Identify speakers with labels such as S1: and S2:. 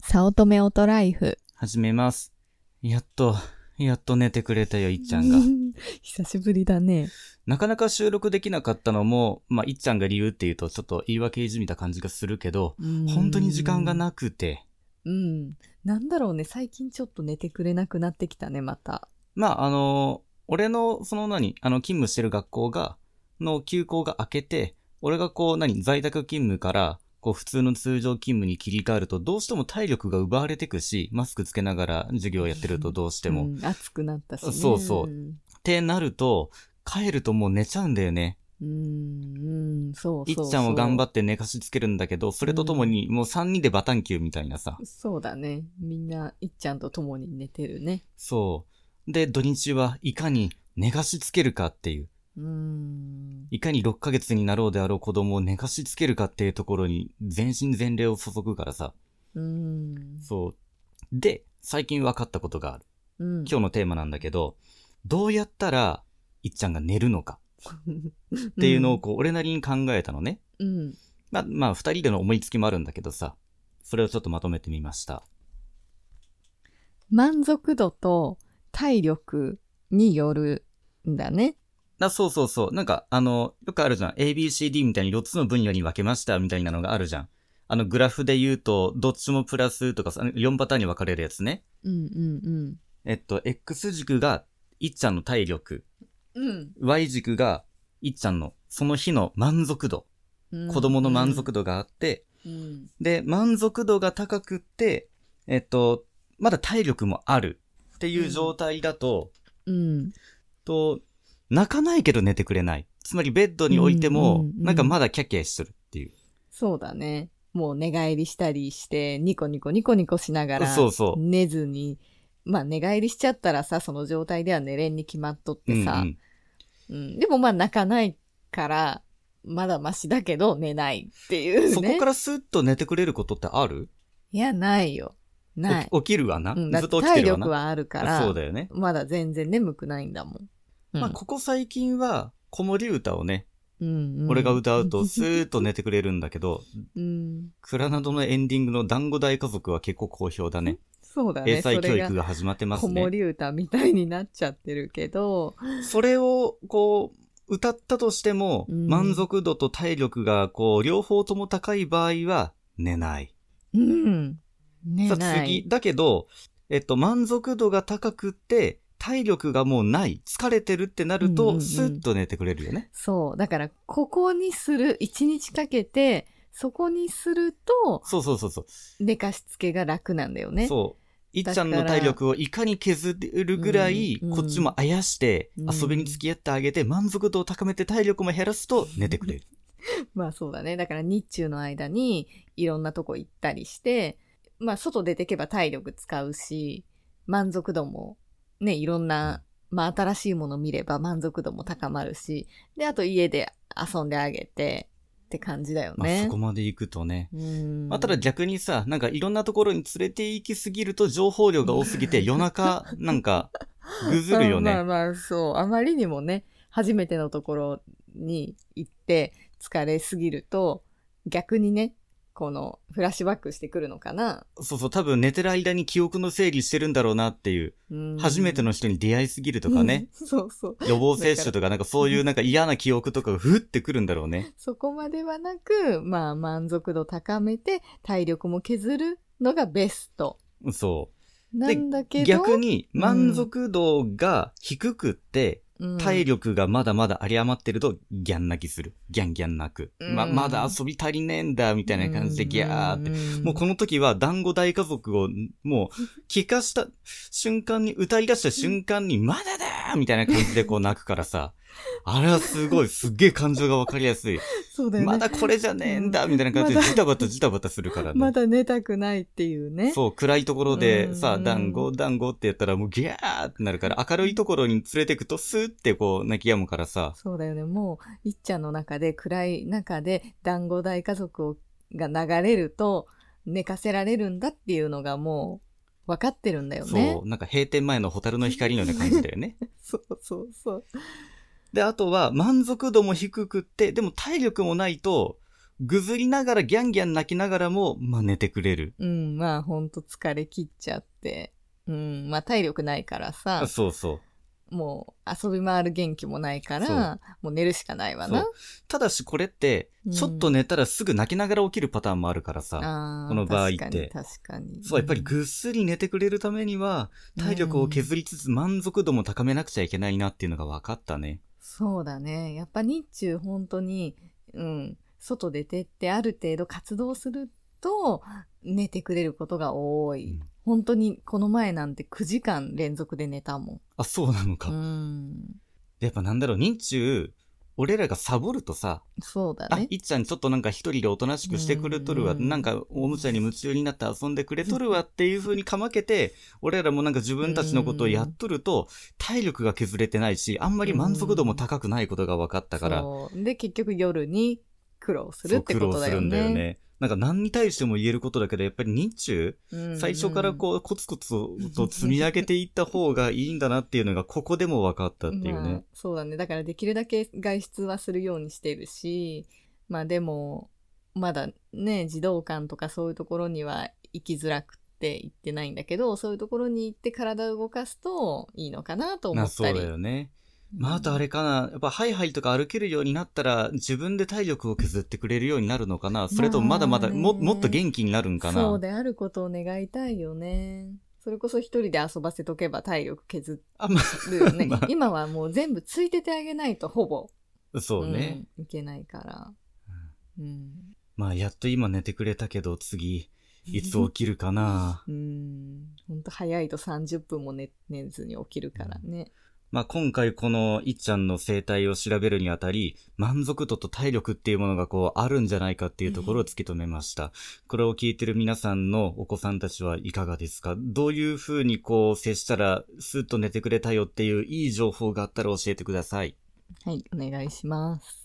S1: 早乙女オトライフ。
S2: 始めます。やっと、やっと寝てくれたよ、いっちゃんが。
S1: 久しぶりだね。
S2: なかなか収録できなかったのも、まあ、いっちゃんが理由っていうと、ちょっと言い訳いじみた感じがするけど、本当に時間が
S1: い。
S2: なくて、
S1: うん。なんだろうね、最近ちょっと寝てくれなくなってきたね、また。
S2: まあ、あの、俺の、その何、あの、勤務してる学校が、の休校が明けて、俺がこう、何、在宅勤務から、こう、普通の通常勤務に切り替えると、どうしても体力が奪われてくし、マスクつけながら授業やってるとどうしても。
S1: うん暑くなったし、ね。
S2: そうそ
S1: う
S2: う
S1: ん。
S2: ってなると、帰るともう寝ちゃうんだよね。
S1: うん、うん、そう
S2: い
S1: そうそう。
S2: っちゃんを頑張
S1: っ
S2: って寝かしつけるんだけど、それとともにもう3人でバタンキューみたいなさ。
S1: そうだね。みんないっちゃんと共に寝てるね。
S2: そう。で、土日はいかに寝かしつけるかっていう、
S1: うん。
S2: いかに6ヶ月になろうであろう子供を寝かしつけるかっていうところに全身全霊を注ぐからさ。
S1: うん。
S2: そう。で、最近分かったことがある。
S1: うん。
S2: 今日のテーマなんだけど、どうやったらいっちゃんが寝るのか
S1: 日っ
S2: っていうのをこう、俺なりに考えたのね。
S1: うん。
S2: まあ、まあ、二人での思いつきもあるんだけどさ、それをちょっとまとめてみました。
S1: 満足度と体力によるんだね。
S2: あそうそうそう。なんか、あの、よくあるじゃん。ABCD みたいに4つの分野に分けましたみたいなのがあるじゃん。あの、グラフで言うと、どっちもプラスとかさ、4パターンに分かれるやつね。
S1: うんうん
S2: えっと、X 軸が、いっちゃんの体力。
S1: うん。
S2: Y 軸が、いっちゃんの、その日の満足度。
S1: うん。
S2: 子供の満足度があって、
S1: うん。
S2: で、満足度が高くって、えっと、まだ体力もあるっていう状態だと、
S1: うん。
S2: と、泣かないけど寝てくれない。つまりベッドに置いても、
S1: うんうんうん
S2: なんかまだキャッキャするっていう。
S1: そうだね。もう寝返りしたりして、ニコニコニコニコしながら、
S2: そうそう。
S1: 寝ずに、まあ寝返りしちゃったらさ、その状態では寝れんに決まっとっ
S2: うんう
S1: て さ、
S2: ん、
S1: うんでもまあ泣かないから、まだマシだけど寝ないっていうね。
S2: そこかららスッと寝てくれることってある
S1: いや、ないよ。ない。
S2: お起きるわな。
S1: うん、だっ
S2: ずってと起きて
S1: 体
S2: るわ
S1: 力
S2: な。
S1: はあるから、
S2: そうだよね。
S1: まだ全然眠くないんだもん。
S2: まあ、ここ最近は、子守歌をね、
S1: うんうん
S2: 俺が歌 うとスーッと寝てくれるんだけど、
S1: うん、
S2: クラナドのエンディングの団子大家族は結構好評だね。
S1: そうだね。
S2: 英才教
S1: そ
S2: 育
S1: れ
S2: が始まって
S1: が
S2: ます
S1: 子
S2: ね。
S1: 守歌みたいになっちゃってるけど、
S2: それを、こう、歌ったとしても、
S1: うん
S2: 満足度と体力が、こう、両方とも高い場合は、寝ない。
S1: うん。寝
S2: さ
S1: な
S2: あ
S1: い。
S2: 次、だけど、えっと、満足度が高くって、体力がもうない、疲れてるってなると、
S1: うんうんうん
S2: スッと寝てくれるよね。
S1: そう。だから、ここにする、一日かけて、そこにすると、
S2: そうそうそうそう。
S1: 寝かしつけが楽なんだよね。
S2: そう。いっ
S1: だ
S2: ち
S1: か
S2: ゃ
S1: ら
S2: んの体力をいかに削るぐらい、
S1: うんうん
S2: こっちもあやして、
S1: うん
S2: 遊びに付き合ってあげて、満足度を高めて体力も減らすと、寝てくれる。
S1: まあそうだね。だから、日中の間に、いろんなとこ行ったりして、まあ、外出てけば体力使うし、満足度も、ね、いろんな、まあ、新しいもの見れば満足度も高まるし、で、あと家で遊んであげて、って感じだよ
S2: まあ、
S1: ね
S2: そ。こまで行くとね。
S1: うん。
S2: まあ、ただ逆にさ、なんかいろんなところに連れて行きすぎると情報量が多す ぎて夜中、なんか、ぐずるよ
S1: まあ
S2: ね。
S1: まあまあそう。あまりにもね、初めてのところに行って疲れすぎると、逆にね、このフラッシュバックしてくるのかな。
S2: そうそう、多分寝てる間に記憶の整理してるんだろうなっていう、
S1: うん
S2: 初めての人に出会いすぎるとかね、。
S1: うんそうそう。
S2: 予防接種とかなんかそういうなんか嫌な記憶とかがふってくるんだろうね。
S1: そこまではなく、まあ満足度高めて体力も削るのがベスト。
S2: そ
S1: なんだけ
S2: う。
S1: ど、
S2: 逆に満足度が低くって、
S1: うん
S2: 体力がまだまだ有り余ってるとギャン泣きする。ギャンギャン泣く。ま、
S1: うん
S2: まだ遊び足りねえんだ、みたいな感じでギャーって。
S1: て
S2: もうこの時は団子大家族をもう 聞かした瞬間に歌い出した瞬間にまだだーみたいな感じでこう泣くからさ、 あれはすごい、すっげえ感情がわかりやすい。
S1: そう だよね。
S2: まだこれじゃねえんだみたいな感じ
S1: ま
S2: で
S1: だ
S2: ジタバタジタバタするから
S1: ま
S2: ね。
S1: だ寝たくないっていうね。
S2: そう、暗いところで
S1: う
S2: さ、
S1: ん
S2: 団子団子ってやったらもうギャーってなるから明るいところに連れてくとスーってこう泣き止むからさ、
S1: そうだよね。もう、いっちゃんの中で、暗い中で、団子大家族をが流れると、寝かせられるんだっていうのがもう、分かってるんだよね
S2: そ。う、なんか閉店前の蛍の光のような感じだよね。
S1: そうそうそう。
S2: で、あとは満足度も低くって、でも体力もないと、ぐずりながらギャンギャン泣きながらも、まあ寝てくれる。
S1: うん、まあほんと疲れ切っちゃって。うん、まあ体力ないからさ、
S2: そうそう。
S1: もう遊び回る元気もないから、もう寝るしかないわな
S2: そ。ただしこれって
S1: う、ん
S2: ちょっと寝たらすぐ泣きながら起きるパターンもあるからさ。
S1: あー
S2: この場合って
S1: 確かに確かに。
S2: そう、やっぱりぐっすり寝てくれるためには、体力を削りつつ満足度も高めなくちゃいけないなっていうのが分かったね。
S1: そうだね。やっぱ日中本当に、うん、外出てってある程度活動すると寝てくれることが多い。
S2: うん
S1: 本当にこの前なんて9時間連続で寝たも
S2: あ、そうなのか。
S1: ん。うん。
S2: でやっぱなんだろう、日中、俺らがサボるとさ、
S1: そうだ
S2: あ、
S1: ね。
S2: いっちゃんちょっとなんか一人でおとなしくしてくれとる
S1: う
S2: わ、
S1: ん
S2: なんかおもちゃに夢中になって遊んでくれとるわっていう風にかまけて、俺らもなんか自分たちのことをやっとると、体力が削れてないし、あんまり満足度も高くないことが分かったから、
S1: そうで、結局夜に苦労するって
S2: 苦
S1: こ
S2: 労
S1: と
S2: す
S1: だ
S2: る
S1: よ
S2: んだよ
S1: ね。
S2: ね。なんか何に対しても言えることだけど、やっぱり日中、
S1: うん
S2: 最初からこう、コツコツと積み上げていった方がいいんだなっていうのが、ここでも分かったっていう
S1: ま あ
S2: ね。、
S1: そうだねだからできるだけ外出はするようにしてるしまあでもまだね児童館とかそういうところには行きづらくって行ってないんだけどそういうところに行って体を動かすといいのかなと思
S2: まあ
S1: った
S2: そう
S1: り、
S2: だよね。まあ、あとあれかな。やっぱ、ハイハイとか歩けるようになったら、自分で体力を削ってくれるようになるのかなそれともまだまだ、
S1: まあね
S2: も、もっと元気になるんか
S1: そ
S2: な
S1: うであることを願いたいよねそれこそ一人で遊ばせとけば体力削
S2: あ、ま
S1: るよね、
S2: まあ
S1: 今はもう全部ついててあげないとほぼ
S2: あ、そうね。
S1: うんいけないから、うん、。
S2: まあ、やっと今寝てくれたけど、次、いつ起きるかな
S1: うん、ほんと早いと30分も寝寝ずに起きるからね。
S2: まあ、今回この、いっちゃんの生態を調べるにあたり、満足度と体力っていうものがこう、あるんじゃないかっていうところを突き止めました。これを聞いてる皆さんのお子さんたちはいかがですかどういうふうにこう、接したら、スーッと寝てくれたよっていういい情報があったら教えてください。
S1: はい、お願いします。